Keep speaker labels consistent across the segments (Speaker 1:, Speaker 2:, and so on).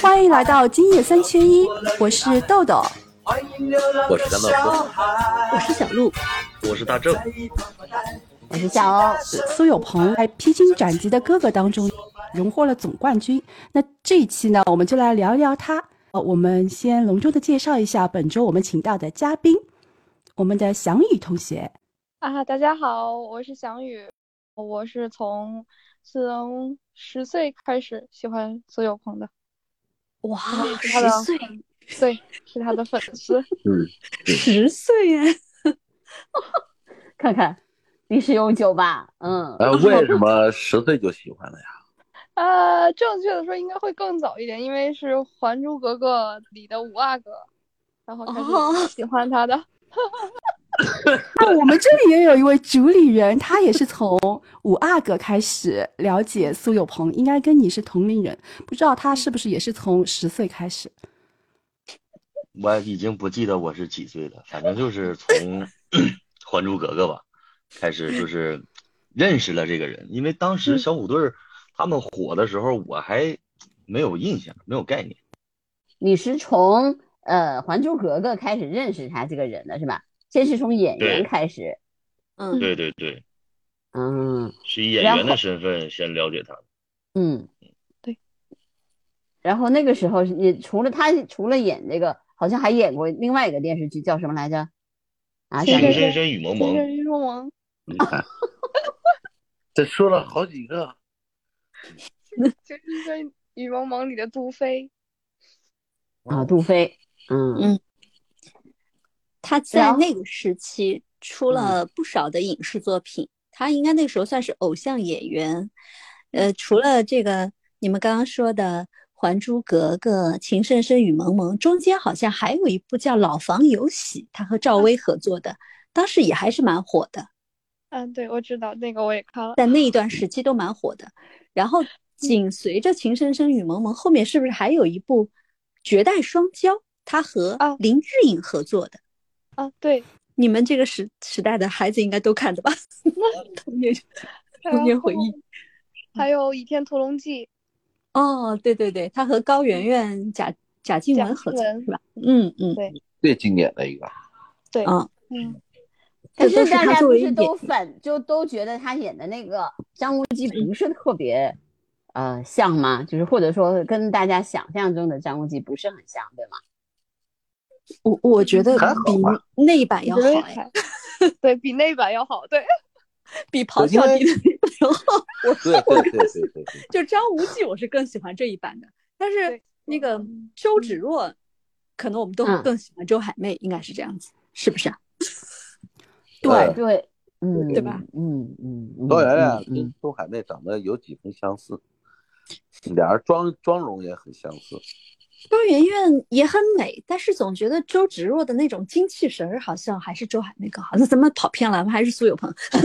Speaker 1: 欢迎来到今夜三缺一，我是豆豆，
Speaker 2: 我是甘道
Speaker 3: 我是小鹿，
Speaker 2: 夫，我是大正。
Speaker 3: 我是小欧。
Speaker 1: 苏有朋在《披荆斩棘的哥哥》当中荣获了总冠军。那这一期呢，我们就来聊一聊他。呃，我们先隆重的介绍一下本周我们请到的嘉宾，我们的翔宇同学。
Speaker 4: 啊，大家好，我是翔宇，我是从从十岁开始喜欢苏有朋的，
Speaker 3: 哇，
Speaker 4: 他
Speaker 3: 十
Speaker 4: 的
Speaker 3: 岁，
Speaker 4: 对，是他的粉丝。
Speaker 2: 嗯，
Speaker 3: 十岁耶！看看，历史悠久吧？嗯，
Speaker 2: 呃，为什么十岁就喜欢了呀？
Speaker 4: 呃，正确的说应该会更早一点，因为是《还珠格格》里的五阿哥，然后开
Speaker 3: 哦
Speaker 4: 始喜欢他的。
Speaker 1: 那我们这里也有一位主理人，他也是从五阿哥开始了解苏有朋，应该跟你是同龄人，不知道他是不是也是从十岁开始？
Speaker 5: 我已经不记得我是几岁了，反正就是从 《还珠格格》吧开始，就是认识了这个人。因为当时小虎队儿他们火的时候，我还没有印象，没有概念。
Speaker 3: 你是从呃《还珠格格》开始认识他这个人的是吧？先是从演员
Speaker 5: 对
Speaker 3: 开始，嗯
Speaker 5: 对对对，
Speaker 3: 嗯
Speaker 5: 是以演
Speaker 3: 然
Speaker 5: 员
Speaker 3: 后
Speaker 5: 的身份先了解他。
Speaker 3: 嗯，
Speaker 4: 对。
Speaker 3: 然后那个时候是，你除了他，除了演这个，好像还演过另外一个电视剧，叫什么来着？啊，
Speaker 4: 对
Speaker 3: 想
Speaker 4: 对
Speaker 5: 情
Speaker 3: 起
Speaker 4: 对
Speaker 5: 深深雨蒙
Speaker 4: 就是
Speaker 5: 蒙，
Speaker 4: 于若萌，
Speaker 2: 你 看，这说了好几个，
Speaker 4: 就是在《雨蒙蒙》里的杜飞。
Speaker 3: 啊，杜飞，嗯
Speaker 6: 嗯 他在
Speaker 3: 然后嗯
Speaker 6: 那个时期出了不少的影视作品，他应该那时候算是偶像演员。呃，除了这个你们刚刚说的《还珠格格》《情深深雨蒙蒙》，中间好像还有一部叫《老房有喜》，他和
Speaker 3: 嗯
Speaker 6: 赵薇合作的，当时也还是蛮火的，
Speaker 4: 啊，对，我知道那个我也看了。
Speaker 6: 在那一段时期都蛮火的。然
Speaker 4: 嗯
Speaker 6: 后紧随着《情深深雨蒙蒙》，后面是不是还有一部《绝代双骄》，他和
Speaker 4: 啊
Speaker 6: 林志颖合作的？
Speaker 4: 啊，对，
Speaker 6: 你们这个时时代的孩子应该都看 的吧？童年童年回忆。
Speaker 4: 还有《倚天屠龙记
Speaker 6: 哦，对对对，他和高圆圆、贾贾静雯
Speaker 4: 嗯贾
Speaker 6: 合
Speaker 4: 静
Speaker 6: 作
Speaker 4: 雯
Speaker 6: 是吧？嗯嗯，
Speaker 4: 对
Speaker 2: 最经典的一个。》。
Speaker 4: 对，
Speaker 6: 啊，
Speaker 4: 嗯，
Speaker 3: 可
Speaker 6: 这
Speaker 3: 是
Speaker 6: 都是
Speaker 3: 大
Speaker 6: 他
Speaker 3: 家
Speaker 6: 作
Speaker 3: 不
Speaker 6: 为
Speaker 3: 是
Speaker 6: 演
Speaker 3: 都反就都觉得他演的那个张无忌
Speaker 6: 嗯
Speaker 3: 不是特别呃像吗？就是或者说跟大家想象中的张无忌不是很像，对吗？
Speaker 6: 我我
Speaker 4: 嗯
Speaker 6: 觉得
Speaker 2: 还好
Speaker 6: 比
Speaker 2: 吧
Speaker 6: 那一版要好
Speaker 4: 对
Speaker 6: 哎，
Speaker 4: 对比那版要好。对，
Speaker 6: 比咆哮帝的那一版要好。
Speaker 2: 对对对对 对嗯对，
Speaker 6: 就张无忌，我是更喜欢这一版的，但是
Speaker 4: 对
Speaker 6: 那个
Speaker 4: 嗯
Speaker 6: 周芷若，可能我们都
Speaker 3: 嗯
Speaker 6: 更喜欢周海媚，应该是这样子，是不是啊？
Speaker 2: 对
Speaker 3: 对，嗯，
Speaker 6: 对吧？
Speaker 3: 嗯嗯嗯，
Speaker 2: 高圆圆
Speaker 3: 嗯
Speaker 2: 跟周海媚长得有几分相似，俩人妆妆容也很相似。
Speaker 6: 高圆圆也很美，但是总觉得周芷若的那种精气神儿好像还是周海媚更好。那咱们跑偏了，我们还是苏有朋。
Speaker 3: 苏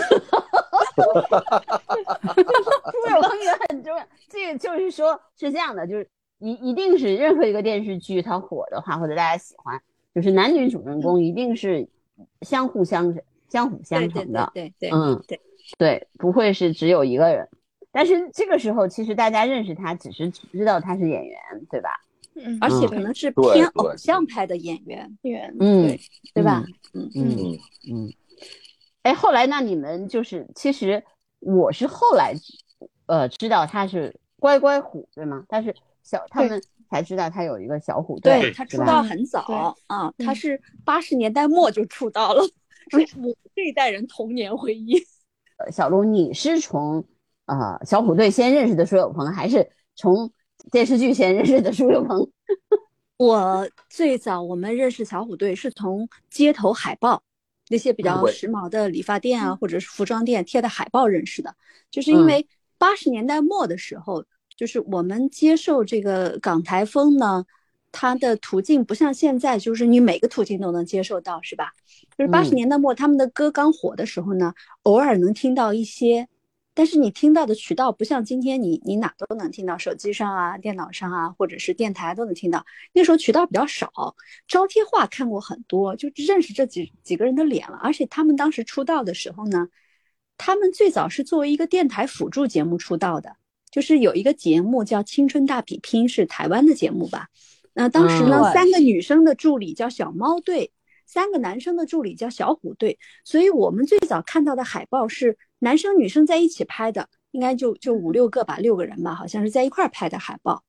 Speaker 3: 有朋也很重要。这个就是说，是这样的，就是一一定是任何一个电视剧它火的话，或者大家喜欢，就是男女主人公一定是相互相相辅相
Speaker 6: 嗯对对
Speaker 3: 成
Speaker 6: 对
Speaker 3: 的。
Speaker 6: 对对，
Speaker 3: 嗯，
Speaker 6: 对
Speaker 3: 对，不会是只有一个人。但是这个时候，其实大家认识他，只是知道他是演员，对吧？
Speaker 4: 嗯，
Speaker 6: 而且
Speaker 3: 嗯
Speaker 6: 可能是
Speaker 2: 对
Speaker 6: 偏
Speaker 2: 对
Speaker 6: 偶像派的演员。
Speaker 4: 远，
Speaker 3: 嗯
Speaker 4: 对，
Speaker 3: 对吧？
Speaker 6: 嗯
Speaker 3: 嗯
Speaker 2: 嗯，
Speaker 3: 嗯，哎，后来那你们就是，其实我是后来，呃，知道他是乖乖虎，对吗？他是小，他
Speaker 4: 对
Speaker 3: 们才知道他有一个小虎队，
Speaker 6: 对他出
Speaker 3: 是吧
Speaker 6: 道很早啊，
Speaker 4: 嗯
Speaker 6: 他是八十年代末就出道了，是我们这一代人童年回忆。
Speaker 3: 呃小龙，你是从呃小虎队先认识的苏有朋，还是从电视剧先认识的苏有朋？
Speaker 6: 我最早我们认识小虎队是从街头海报，那些比较
Speaker 2: 对
Speaker 6: 时髦的理发店啊，或者是服装店贴的海报认识的，就是因为八十年代末的时候，就是我们接受这个港台风呢，它的途径不像现在，就是你每个途径都能接受到，是吧？就是八十
Speaker 3: 嗯
Speaker 6: 年代末他们的歌刚火的时候呢，偶尔能听到一些。但是你听到的渠道不像今天你，你哪都能听到，手机上啊、电脑上啊，或者是电台都能听到。那时候渠道比较少，招贴画看过很多，就认识这几几个人的脸了。而且他们当时出道的时候呢，他们最早是作为一个电台辅助节目出道的，就是有一个节目叫《青春大比拼》，是台湾的节目吧？那当时呢，
Speaker 1: 嗯
Speaker 6: 三个女生的助理叫小猫队，三个男生的助理叫小虎队，所以我们最早看到的海报是男生女生在一起拍的，应该就就五六个吧，六个人吧，好像是在一块儿拍的海报。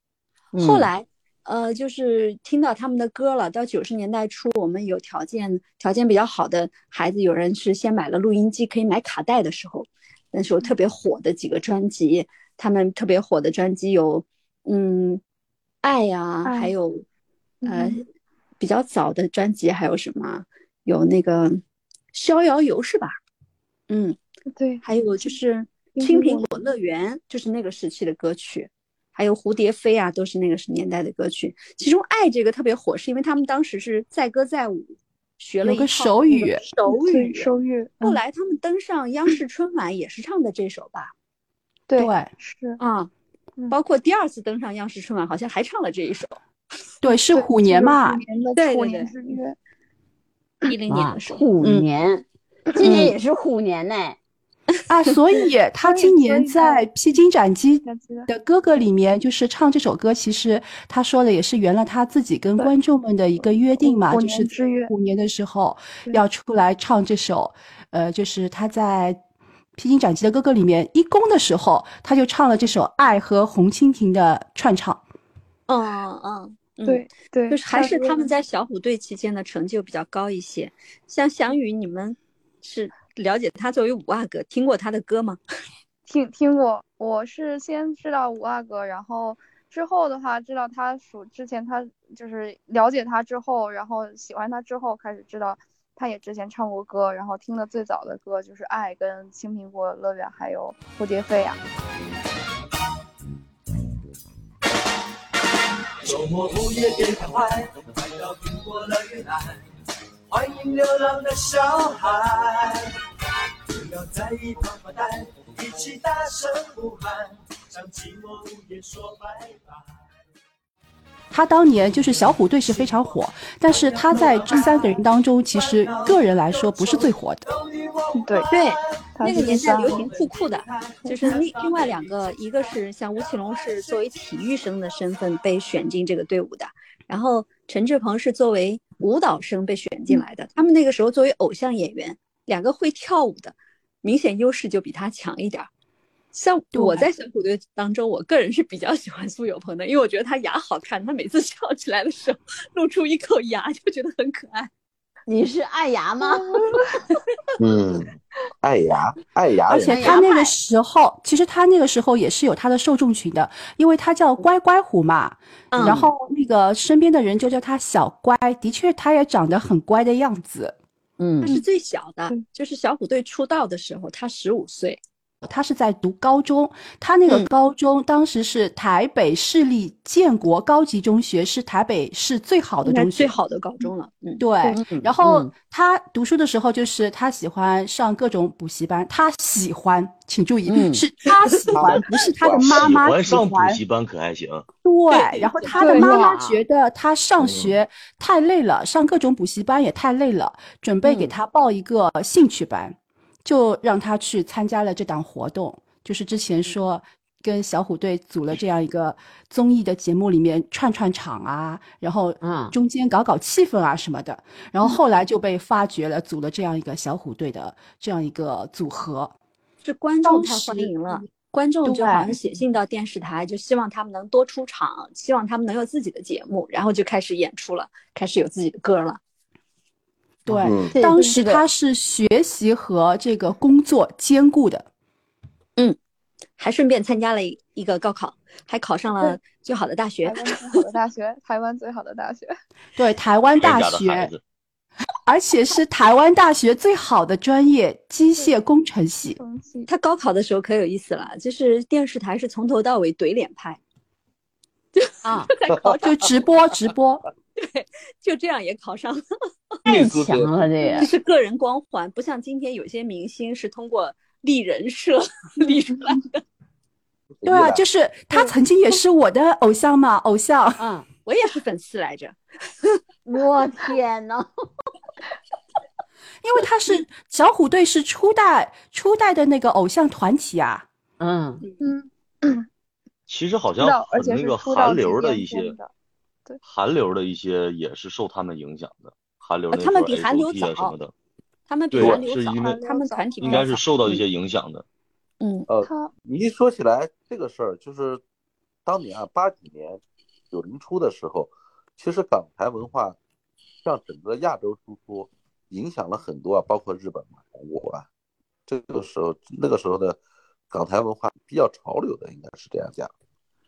Speaker 6: 后来，呃，就是听到他们的歌了。到九十年代初，我们有条件条件比较好的孩子，有人是先买了录音机，可以买卡带的时候，那时候特别火的几个专辑，他们特别火的专辑有，嗯，爱呀、
Speaker 4: 爱
Speaker 6: 还有，呃
Speaker 4: 嗯，
Speaker 6: 比较早的专辑还有什么啊？有那个逍遥游是吧？嗯，
Speaker 4: 对，
Speaker 6: 还有就是《
Speaker 4: 青
Speaker 6: 青
Speaker 4: 苹
Speaker 6: 苹果乐园》，就是那个时期的歌曲，还有《蝴蝶飞》啊，都是那个时年代的歌曲。其中《爱》这个特别火，是因为他们当时是载歌载舞，学了
Speaker 1: 有
Speaker 6: 一
Speaker 1: 个
Speaker 6: 套
Speaker 1: 手
Speaker 6: 那个
Speaker 1: 语
Speaker 6: 手
Speaker 4: 对
Speaker 6: 语。
Speaker 4: 收乐，
Speaker 6: 后
Speaker 4: 嗯
Speaker 6: 来他们登上央视春晚，也是唱的这首吧？
Speaker 4: 对
Speaker 1: 对
Speaker 4: 是
Speaker 6: 啊
Speaker 4: 嗯，
Speaker 6: 包括第二次登上央视春晚，好像还唱了这一首。
Speaker 1: 对，是
Speaker 4: 对
Speaker 1: 虎
Speaker 4: 是
Speaker 1: 年
Speaker 4: 有
Speaker 1: 嘛
Speaker 4: 虎，年的
Speaker 6: 对
Speaker 4: 虎
Speaker 6: 对
Speaker 4: 年之
Speaker 6: 对
Speaker 4: 约，
Speaker 6: 一零年
Speaker 3: 哇
Speaker 6: 的时，候，
Speaker 3: 虎
Speaker 6: 嗯
Speaker 3: 年，嗯今年也是虎年呢。
Speaker 1: 啊，所以 他
Speaker 4: 所以
Speaker 1: 今
Speaker 4: 所
Speaker 1: 年
Speaker 4: 以嗯
Speaker 1: 在《披荆斩棘
Speaker 4: 斩棘》
Speaker 1: 的哥哥里面，就是唱这首歌，其实他说的也是圆了他自己跟
Speaker 4: 对
Speaker 1: 观众们的一个约定嘛，
Speaker 4: 虎
Speaker 1: 就
Speaker 4: 年
Speaker 1: 是
Speaker 4: 之约
Speaker 1: 虎年的时候
Speaker 4: 对
Speaker 1: 要出来唱这首，呃，就是他在《披荆斩棘的哥哥》里面一公的时候，他就唱了这首《爱》和红蜻蜓的串唱。
Speaker 6: 嗯嗯，嗯
Speaker 4: 对对，
Speaker 6: 就是还
Speaker 4: 那
Speaker 6: 是
Speaker 4: 时候
Speaker 6: 他们在小虎队期间的成就比较高一些。像翔宇，你们是了解他作为五阿哥，听过他的歌吗？
Speaker 4: 听听过，我是先知道五阿哥，然后之后的话知道他属之前他就是了解他之后，然后喜欢他之后开始知道他也之前唱过歌，然后听的最早的歌就是《爱》跟《青苹果乐园》还有《蝴蝶飞》啊。
Speaker 7: 周末午夜电台来到苹果乐园来，欢迎流浪的小孩。不要在一旁发呆，一起大声呼喊，向寂寞午夜说拜拜。
Speaker 1: 他当年就是小虎队是非常火，但是他在这三个人当中，其实个人来说不是最火的。
Speaker 4: 对
Speaker 6: 对，
Speaker 4: 他
Speaker 6: 那个
Speaker 4: 是
Speaker 6: 年代
Speaker 4: 三
Speaker 6: 流行酷酷的，就是另另外两个，一个是像吴奇隆是作为体育生的身份被选进这个队伍的，然后陈志朋是作为舞蹈生被选进来
Speaker 1: 嗯
Speaker 6: 的。他们那个时候作为偶像演员，两个会跳舞的，明显优势就比他强一点儿。像我
Speaker 1: 对
Speaker 6: 在小虎队当中，我个人是比较喜欢苏有朋的，因为我觉得他牙好看，他每次笑起来的时候露出一口牙，就觉得很可爱。
Speaker 3: 你是爱牙吗？
Speaker 2: 嗯，爱牙，爱牙
Speaker 1: 而
Speaker 2: 人，
Speaker 1: 且
Speaker 3: 人
Speaker 1: 他
Speaker 3: 牙
Speaker 1: 那个
Speaker 3: 派
Speaker 1: 时候，其实他那个时候也是有他的受众群的，因为他叫乖乖虎嘛，
Speaker 6: 嗯
Speaker 1: 然后那个身边的人就叫他小乖，的确他也长得很乖的样子。
Speaker 3: 嗯
Speaker 6: 他是最小的
Speaker 4: 嗯，
Speaker 6: 就是小虎队出道的时候，他十五岁。
Speaker 1: 他是在读高中，他那个
Speaker 6: 嗯
Speaker 1: 高中当时是台北市立建国高级中学，是台北市最好的
Speaker 6: 应该
Speaker 1: 中
Speaker 6: 最
Speaker 1: 学。
Speaker 6: 好的高中了，嗯，
Speaker 1: 对，
Speaker 3: 嗯
Speaker 1: 然后
Speaker 3: 嗯
Speaker 1: 他读书的时候，就是他喜欢上各种补习班，他喜欢，请注意，
Speaker 3: 嗯
Speaker 1: 是他喜欢，不是他的妈
Speaker 5: 喜
Speaker 1: 妈
Speaker 5: 欢
Speaker 1: 喜
Speaker 5: 上补
Speaker 1: 欢。
Speaker 5: 习班可还行？
Speaker 1: 对，然后他的
Speaker 4: 对
Speaker 1: 妈妈
Speaker 3: 哇
Speaker 1: 觉得他上学太累了，上各种补习班也太累了，准备给
Speaker 3: 嗯
Speaker 1: 他报一个兴趣班，就让他去参加了这档活动。就是之前说跟小虎队组了这样一个综艺的节目，里面串串场啊，然后
Speaker 3: 嗯
Speaker 1: 中间搞搞气氛啊什么的。然后后来就被发掘了，组了这样一个小虎队的这样一个组合。
Speaker 6: 是观
Speaker 1: 当
Speaker 6: 众太欢
Speaker 1: 时
Speaker 6: 迎了，观众
Speaker 1: 对
Speaker 6: 就好像写信到电视台，就希望他们能多出场，希望他们能有自己的节目，然后就开始演出了，开始有自己的歌了。
Speaker 1: 对，
Speaker 2: 嗯，
Speaker 3: 这
Speaker 1: 当
Speaker 3: 这
Speaker 1: 时
Speaker 3: 个
Speaker 1: 他是学习和这个工作兼顾的。
Speaker 6: 还顺便参加了一一个高考，还考上了最好的大学
Speaker 4: 台。湾最好的大学，台湾最好的大学，
Speaker 1: 对，台湾大
Speaker 5: 人家的孩
Speaker 1: 学，
Speaker 5: 子，
Speaker 1: 而且是台湾大学最好的专业——机械工程系。
Speaker 4: 成绩
Speaker 6: 他高考的时候可有意思了，就是电视台是从头到尾怼脸拍，
Speaker 3: 啊，
Speaker 6: 在考 场
Speaker 1: 就直播直 播，
Speaker 6: 就这样也考上了。
Speaker 3: 太
Speaker 2: 自
Speaker 3: 强了这
Speaker 6: 这
Speaker 3: 也。
Speaker 6: 是个人光环，不像今天有些明星是通过立人设 立出来的。
Speaker 1: 对啊，就是是
Speaker 5: 嗯
Speaker 1: 他曾经也是我的偶像嘛，偶像。
Speaker 3: 嗯，
Speaker 6: 我也是粉丝来着，
Speaker 3: 我天呐，
Speaker 1: 因为他 是小虎队是初代初代的那个偶像团体啊，
Speaker 3: 嗯，
Speaker 4: 嗯，
Speaker 5: 其实好
Speaker 4: 出道
Speaker 5: 像，
Speaker 4: 而
Speaker 5: 很
Speaker 4: 且
Speaker 5: 那
Speaker 4: 是
Speaker 5: 个
Speaker 4: 出道
Speaker 5: 韩
Speaker 4: 之
Speaker 5: 流的
Speaker 4: 间
Speaker 5: 一
Speaker 4: 变
Speaker 5: 些
Speaker 4: 的。对
Speaker 5: 韩流的一些也是受他们影响的，韩流
Speaker 6: 呃
Speaker 5: 那
Speaker 6: 他们
Speaker 5: 时候
Speaker 6: 比韩流
Speaker 5: SOP 啊什
Speaker 6: 早
Speaker 5: 么的，
Speaker 6: 他们比
Speaker 5: 对
Speaker 6: 韩流
Speaker 5: 是
Speaker 6: 早
Speaker 5: 因为，
Speaker 6: 他们团体比
Speaker 5: 应
Speaker 6: 较
Speaker 5: 该
Speaker 6: 早
Speaker 5: 是受到一些影响的。
Speaker 6: 嗯，
Speaker 2: 呃，
Speaker 4: 他
Speaker 2: 你一说起来这个事儿，就是当年啊八几年九零初的时候，其实港台文化向整个亚洲输出，影响了很多啊，包括日本嘛、韩国啊。这个时候，那个时候的港台文化比较潮流的，应该是这样讲。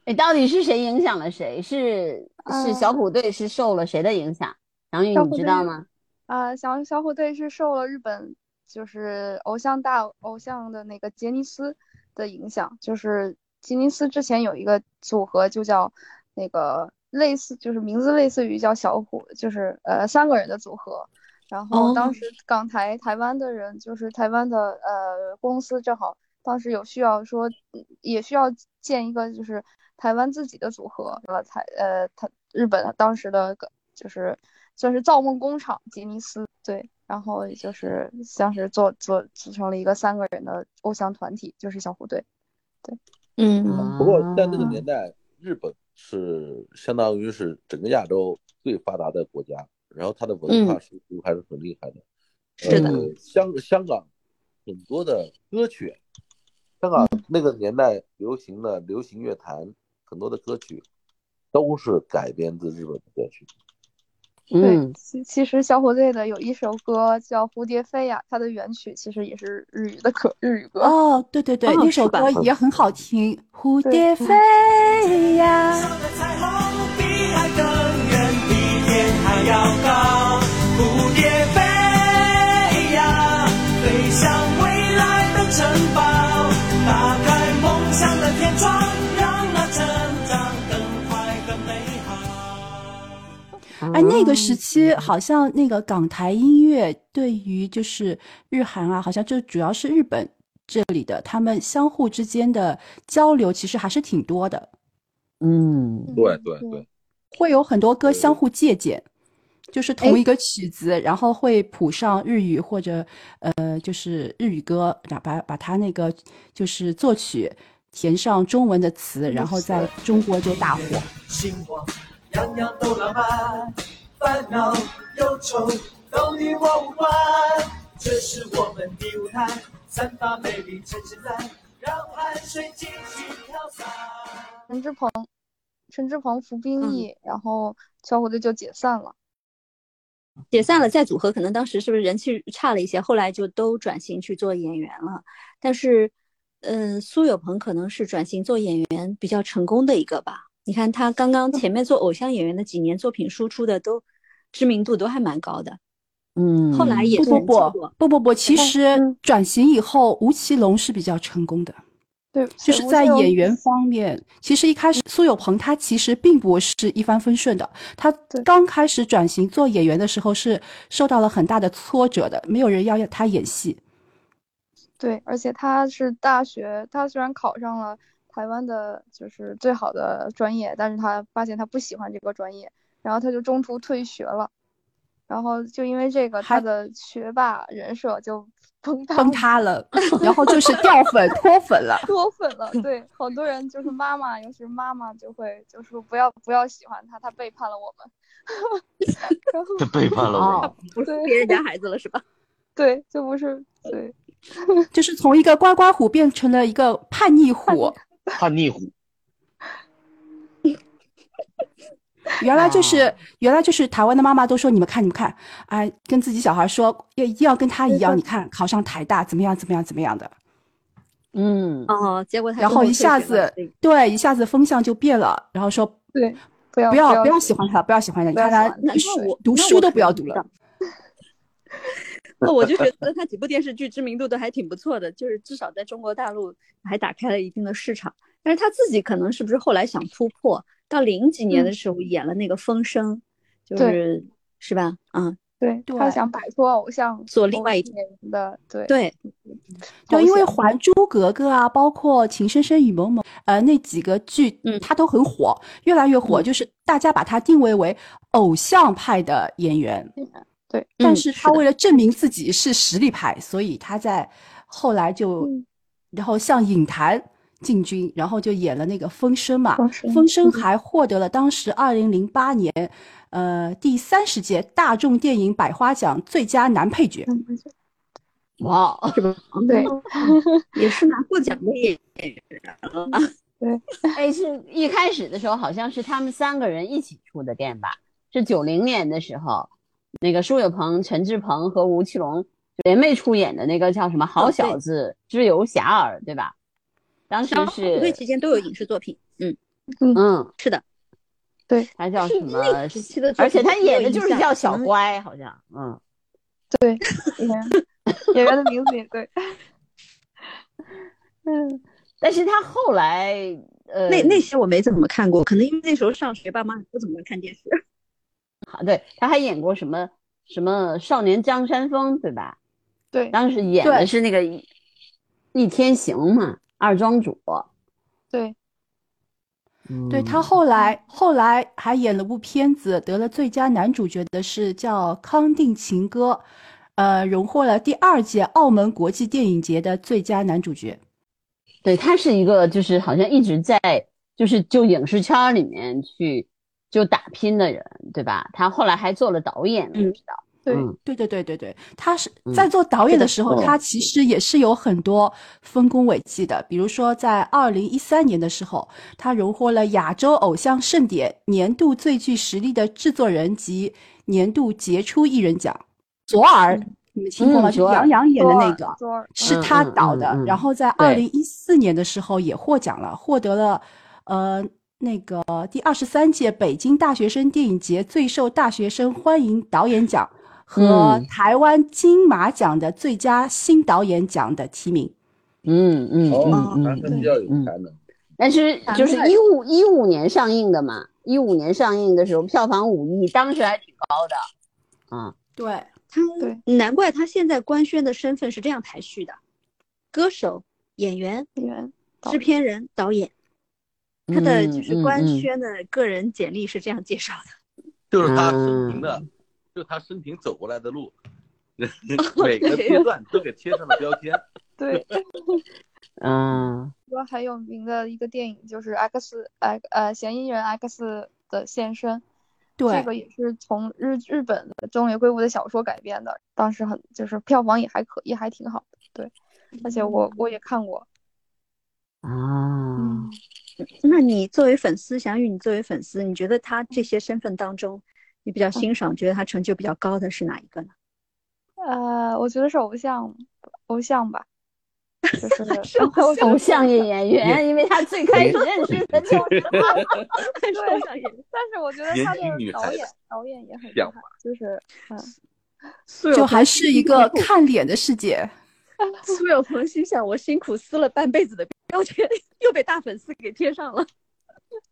Speaker 3: 哎，到底是谁影响了谁？是是小虎队是受了谁的影响？杨宇，
Speaker 4: 小
Speaker 3: 你
Speaker 4: 虎
Speaker 3: 知
Speaker 4: 队
Speaker 3: 道吗？
Speaker 4: 啊，小小虎队是受了日本就是偶像大偶像的那个杰尼斯的影响，就是杰尼斯之前有一个组合就叫那个类似，就是名字类似于叫小虎，就是呃三个人的组合。然后
Speaker 6: 哦
Speaker 4: 当时港台台湾的人，就是台湾的呃公司正好当时有需要说，嗯也需要建一个就是台湾自己的组合，了才呃，他日本当时的个就是算是造梦工厂杰尼斯对，然后也就是当时做做组成了一个三个人的偶像团体，就是小虎队。
Speaker 6: 嗯，
Speaker 2: 不过在那个年代，日本是相当于是整个亚洲最发达的国家，然后它的文化输出还是很厉害的。
Speaker 6: 是
Speaker 5: 嗯
Speaker 6: 的，
Speaker 2: 呃，香香港很多的歌曲，香港那个年代流行的流行乐坛很多的歌曲，都是改编自日本的歌曲。
Speaker 4: 对，
Speaker 3: 嗯，
Speaker 4: 其其实小虎队的有一首歌叫《蝴蝶飞呀》，它的原曲其实也是日语的歌，日语
Speaker 5: 嗯
Speaker 4: 歌。
Speaker 1: 哦，对对对，
Speaker 6: 哦
Speaker 1: 那首
Speaker 6: 是吧
Speaker 1: 歌也很好听，蝴蝶飞呀。
Speaker 7: 的彩虹比海更远，比天还要高。蝴蝶飞呀，飞向未来的城堡，打开梦想的天窗，让那成长更快更美好。
Speaker 1: 哎，那个
Speaker 3: 啊
Speaker 1: 时期好像那个港台音乐对于就是日韩啊，好像就主要是日本这里的，他们相互之间的交流其实还是挺多的，
Speaker 3: 嗯，
Speaker 2: 对对对，
Speaker 1: 会有很多歌相互借鉴，就是同一个曲子，然后会谱上日语或者呃就是日语歌，然后把把它那个就是作曲填上中文的词，然后在中国就大火。
Speaker 7: 心慌，样样都浪漫，烦恼忧愁都与我无关。这是我们的舞台，散发美丽趁现在，让汗水尽情飘散。
Speaker 4: 陈志朋，陈志朋服兵
Speaker 6: 嗯
Speaker 4: 役，然后小虎队就解散了。
Speaker 6: 解散了再组合，可能当时是不是人气差了一些，后来就都转型去做演员了。但是，嗯，苏有朋可能是转型做演员比较成功的一个吧。你看他刚刚前面做偶像演员的几年作品输出的都知名度都还蛮高的，
Speaker 3: 嗯，
Speaker 6: 后来也
Speaker 1: 不不
Speaker 6: 人气
Speaker 1: 不
Speaker 6: 过
Speaker 1: 不不不，其实
Speaker 4: 嗯
Speaker 1: 转型以后，吴奇隆是比较成功的。
Speaker 4: 对，
Speaker 1: 就是在演员方面，其实一开始苏有朋他其实并不是一帆风顺的，他
Speaker 4: 对
Speaker 1: 刚开始转型做演员的时候是受到了很大的挫折的，没有人要他演戏。
Speaker 4: 对，而且他是大学，他虽然考上了台湾的，就是最好的专业，但是他发现他不喜欢这个专业，然后他就中途退学了，然后就因为这个，他
Speaker 1: 还
Speaker 4: 的学霸人设就 崩塌
Speaker 1: 崩
Speaker 4: 了，
Speaker 1: 塌了，然后就是掉粉脱粉了。
Speaker 4: 脱粉了。对，好多人就是妈妈，尤其是妈妈就会就说不要不要喜欢他，他背叛了我们， 然后
Speaker 5: 这背叛了我
Speaker 3: 哦
Speaker 5: 们，，
Speaker 6: 不是
Speaker 4: 对
Speaker 6: 别人家孩子了 是吧？
Speaker 4: 对，就不是对
Speaker 1: 就是从一个乖乖虎变成了一个叛逆虎，
Speaker 5: 叛逆虎。
Speaker 1: 原来就是、
Speaker 5: 啊
Speaker 1: 原来就是台湾的妈妈都说你们看你们看，哎，跟自己小孩说要一定要跟他一样，
Speaker 4: 对对
Speaker 1: 你看考上台大怎么样怎么样怎么样的，
Speaker 3: 嗯，
Speaker 6: 哦，结果他
Speaker 1: 然
Speaker 6: 中
Speaker 1: 后
Speaker 6: 途
Speaker 1: 一下
Speaker 6: 退学了
Speaker 1: 子对一下子风向就变了，然后说
Speaker 4: 对，不要
Speaker 1: 不
Speaker 4: 要
Speaker 1: 要不
Speaker 4: 要
Speaker 1: 要喜欢他，不要喜欢他。你
Speaker 4: 不要
Speaker 6: 呃
Speaker 1: 看他
Speaker 4: 喜欢
Speaker 1: 读
Speaker 4: 他对
Speaker 1: 书读书都不要读了。。
Speaker 6: 那我就觉得他几部电视剧知名度都还挺不错的，就是至少在中国大陆还打开了一定的市场。但是他自己可能是不是后来想突破，到零几年
Speaker 1: 嗯
Speaker 6: 的时候演了那个《风声》，就是是吧？嗯，
Speaker 4: 对，他
Speaker 1: 对
Speaker 4: 想摆脱偶像
Speaker 6: 做另外一
Speaker 4: 种的，对
Speaker 6: 对，
Speaker 1: 对，因为《
Speaker 4: 环
Speaker 1: 还珠格格》啊，包括《情深深雨蒙蒙》呃那几个剧，
Speaker 6: 嗯
Speaker 1: 他都很火，越来越
Speaker 4: 嗯
Speaker 1: 火，就是大家把他定位为偶像派的演员，
Speaker 4: 对，
Speaker 1: 但
Speaker 6: 嗯
Speaker 1: 是
Speaker 6: 是
Speaker 1: 他
Speaker 6: 的
Speaker 1: 为了证明自己是实力派，所以他在后来就，
Speaker 4: 嗯
Speaker 1: 然后像影坛进军，然后就演了那个《风声》嘛，
Speaker 4: 风
Speaker 1: 《
Speaker 4: 声
Speaker 1: 风声》还获得了当时二零零八年，呃，第三十届大众电影百花奖最佳男配角。
Speaker 4: 嗯
Speaker 3: 哇，哦
Speaker 6: 是吧？哦
Speaker 4: 对，
Speaker 6: 也是拿过奖的演员了。
Speaker 3: 哎，是一开始的时候好像是他们三个人一起出的店吧？是九零年的时候，那个苏有朋、陈志朋和吴奇隆联袂出演的那个叫什么《
Speaker 6: 哦
Speaker 3: 好小子之游侠儿》，对吧？当时
Speaker 6: 然后
Speaker 3: 是
Speaker 6: 团队之间都有影视作品，嗯，
Speaker 3: 嗯，
Speaker 6: 是的，
Speaker 3: 他叫什么？
Speaker 6: 时期的作品
Speaker 3: 而且他演的就是叫
Speaker 6: 我
Speaker 3: 小
Speaker 6: 有印象
Speaker 3: 乖，好像，嗯，
Speaker 4: 对，演员演员的名字也对，
Speaker 3: 嗯，但是他后来，呃，
Speaker 6: 那那些我没怎么看过，可能因为那时候上学，爸妈不怎么看电视。
Speaker 3: 好对，他还演过什么什么少年张三丰，对吧？
Speaker 4: 对
Speaker 3: 当时演的
Speaker 1: 对
Speaker 3: 是那个《倚天行》嘛，二庄主。
Speaker 4: 对，
Speaker 1: 对他后来后来还演了部片子，得了最佳男主角的是叫《康定情歌》，呃，荣获了第二届澳门国际电影节的最佳男主角。
Speaker 3: 对他是一个，就是好像一直在，就是就影视圈儿里面去就打拼的人，对吧？他后来还做了导演，我
Speaker 6: 嗯
Speaker 3: 知道。
Speaker 4: 对
Speaker 3: 嗯
Speaker 1: 对对对对对，他是
Speaker 3: 嗯
Speaker 1: 在做导演的时
Speaker 3: 这
Speaker 1: 候，
Speaker 3: 个
Speaker 1: 他其实也是有很多丰功伟绩的。比如说，在二零一三年的时候，他荣获了亚洲偶像盛典年度最具实力的制作人及年度杰出艺人奖。左耳，你们听过吗？
Speaker 3: 嗯
Speaker 1: 就
Speaker 3: 左耳
Speaker 1: 杨洋演的那个，
Speaker 4: 左耳
Speaker 1: 是他导的。
Speaker 3: 嗯嗯嗯嗯
Speaker 1: 然后在二
Speaker 3: 对
Speaker 1: 零一四年的时候也获奖了，获得了呃那个第二十三届北京大学生电影节最受大学生欢迎导演奖和
Speaker 3: 嗯
Speaker 1: 台湾金马奖的最佳新导演奖的提名。
Speaker 3: 嗯嗯
Speaker 2: 哦，
Speaker 3: 嗯
Speaker 2: 还
Speaker 3: 嗯
Speaker 2: 是比
Speaker 3: 嗯。
Speaker 2: 较有
Speaker 3: 嗯
Speaker 2: 才能。
Speaker 3: 但是就是一五一五年上映的嘛，一五年上映的时候票房五亿，当时还挺高的。啊，
Speaker 1: 对，
Speaker 6: 他
Speaker 4: 对
Speaker 6: 难怪他现在官宣的身份是这样排序的：歌手、演员、
Speaker 4: 演员导
Speaker 6: 制
Speaker 4: 演
Speaker 6: 片人、导演。他的
Speaker 3: 嗯
Speaker 6: 就是
Speaker 3: 嗯
Speaker 6: 官
Speaker 3: 嗯
Speaker 6: 宣的个人简历是这样介绍的。
Speaker 2: 就是他生平的，就是他生平走过来的路， 每个
Speaker 6: 对
Speaker 2: 阶段都给贴上了标签。
Speaker 4: 对。
Speaker 3: 嗯，
Speaker 4: 说很有名的一个电影就是 X X 呃嫌疑人 X 的现身，
Speaker 1: 对
Speaker 4: 这个也是从日日本的中野圭吾的小说改编的，当时很就是票房也还可也还挺好的，对，而且我我也看过，嗯
Speaker 3: 啊，
Speaker 6: 那你作为粉丝，翔宇，你作为粉丝，你觉得他这些身份当中，你比较欣赏，觉得他成就比较高的是哪一 个呢？
Speaker 4: 呃，我觉得是偶像偶像吧，就是
Speaker 6: 是偶
Speaker 3: 偶像演员，因为他
Speaker 6: 哎
Speaker 3: 最开始认识的就是他。
Speaker 4: 对， 但是我觉得
Speaker 2: 年
Speaker 4: 他的
Speaker 2: 轻女
Speaker 4: 导
Speaker 2: 孩
Speaker 4: 演
Speaker 2: 子
Speaker 4: 导演也很厉
Speaker 2: 想
Speaker 4: 害，就是嗯，
Speaker 1: 就还是一个看脸的世界。
Speaker 6: 苏有朋心想，我辛苦撕了半辈子的标签，又被大粉丝给贴上了。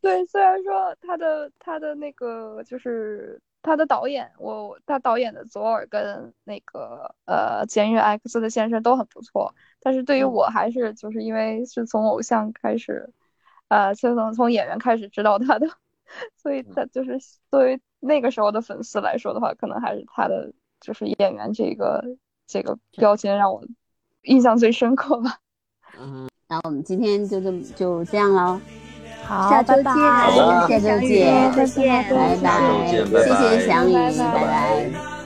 Speaker 4: 对，虽然说他的他的那个就是他的导演，我他导演的左耳跟那个呃《监狱 X 的先生》都很不错，但是对于我还是就是因为是从偶像开始，呃，就从从演员开始知道他的， 所以他就是作为那个时候的粉丝来说的话，可能还是他的就是演员这个这个标签让我印象最深刻吧。
Speaker 3: 那我们今天就这么就这样喽，
Speaker 1: 好，
Speaker 6: 下周
Speaker 1: 拜
Speaker 6: 见，
Speaker 1: 拜。
Speaker 2: 好吧
Speaker 3: 下周
Speaker 6: 翔宇
Speaker 3: 见
Speaker 6: 再见，
Speaker 3: 拜
Speaker 2: 下周见拜
Speaker 3: 谢
Speaker 2: 拜
Speaker 3: 谢翔宇，
Speaker 4: 拜拜
Speaker 3: 拜拜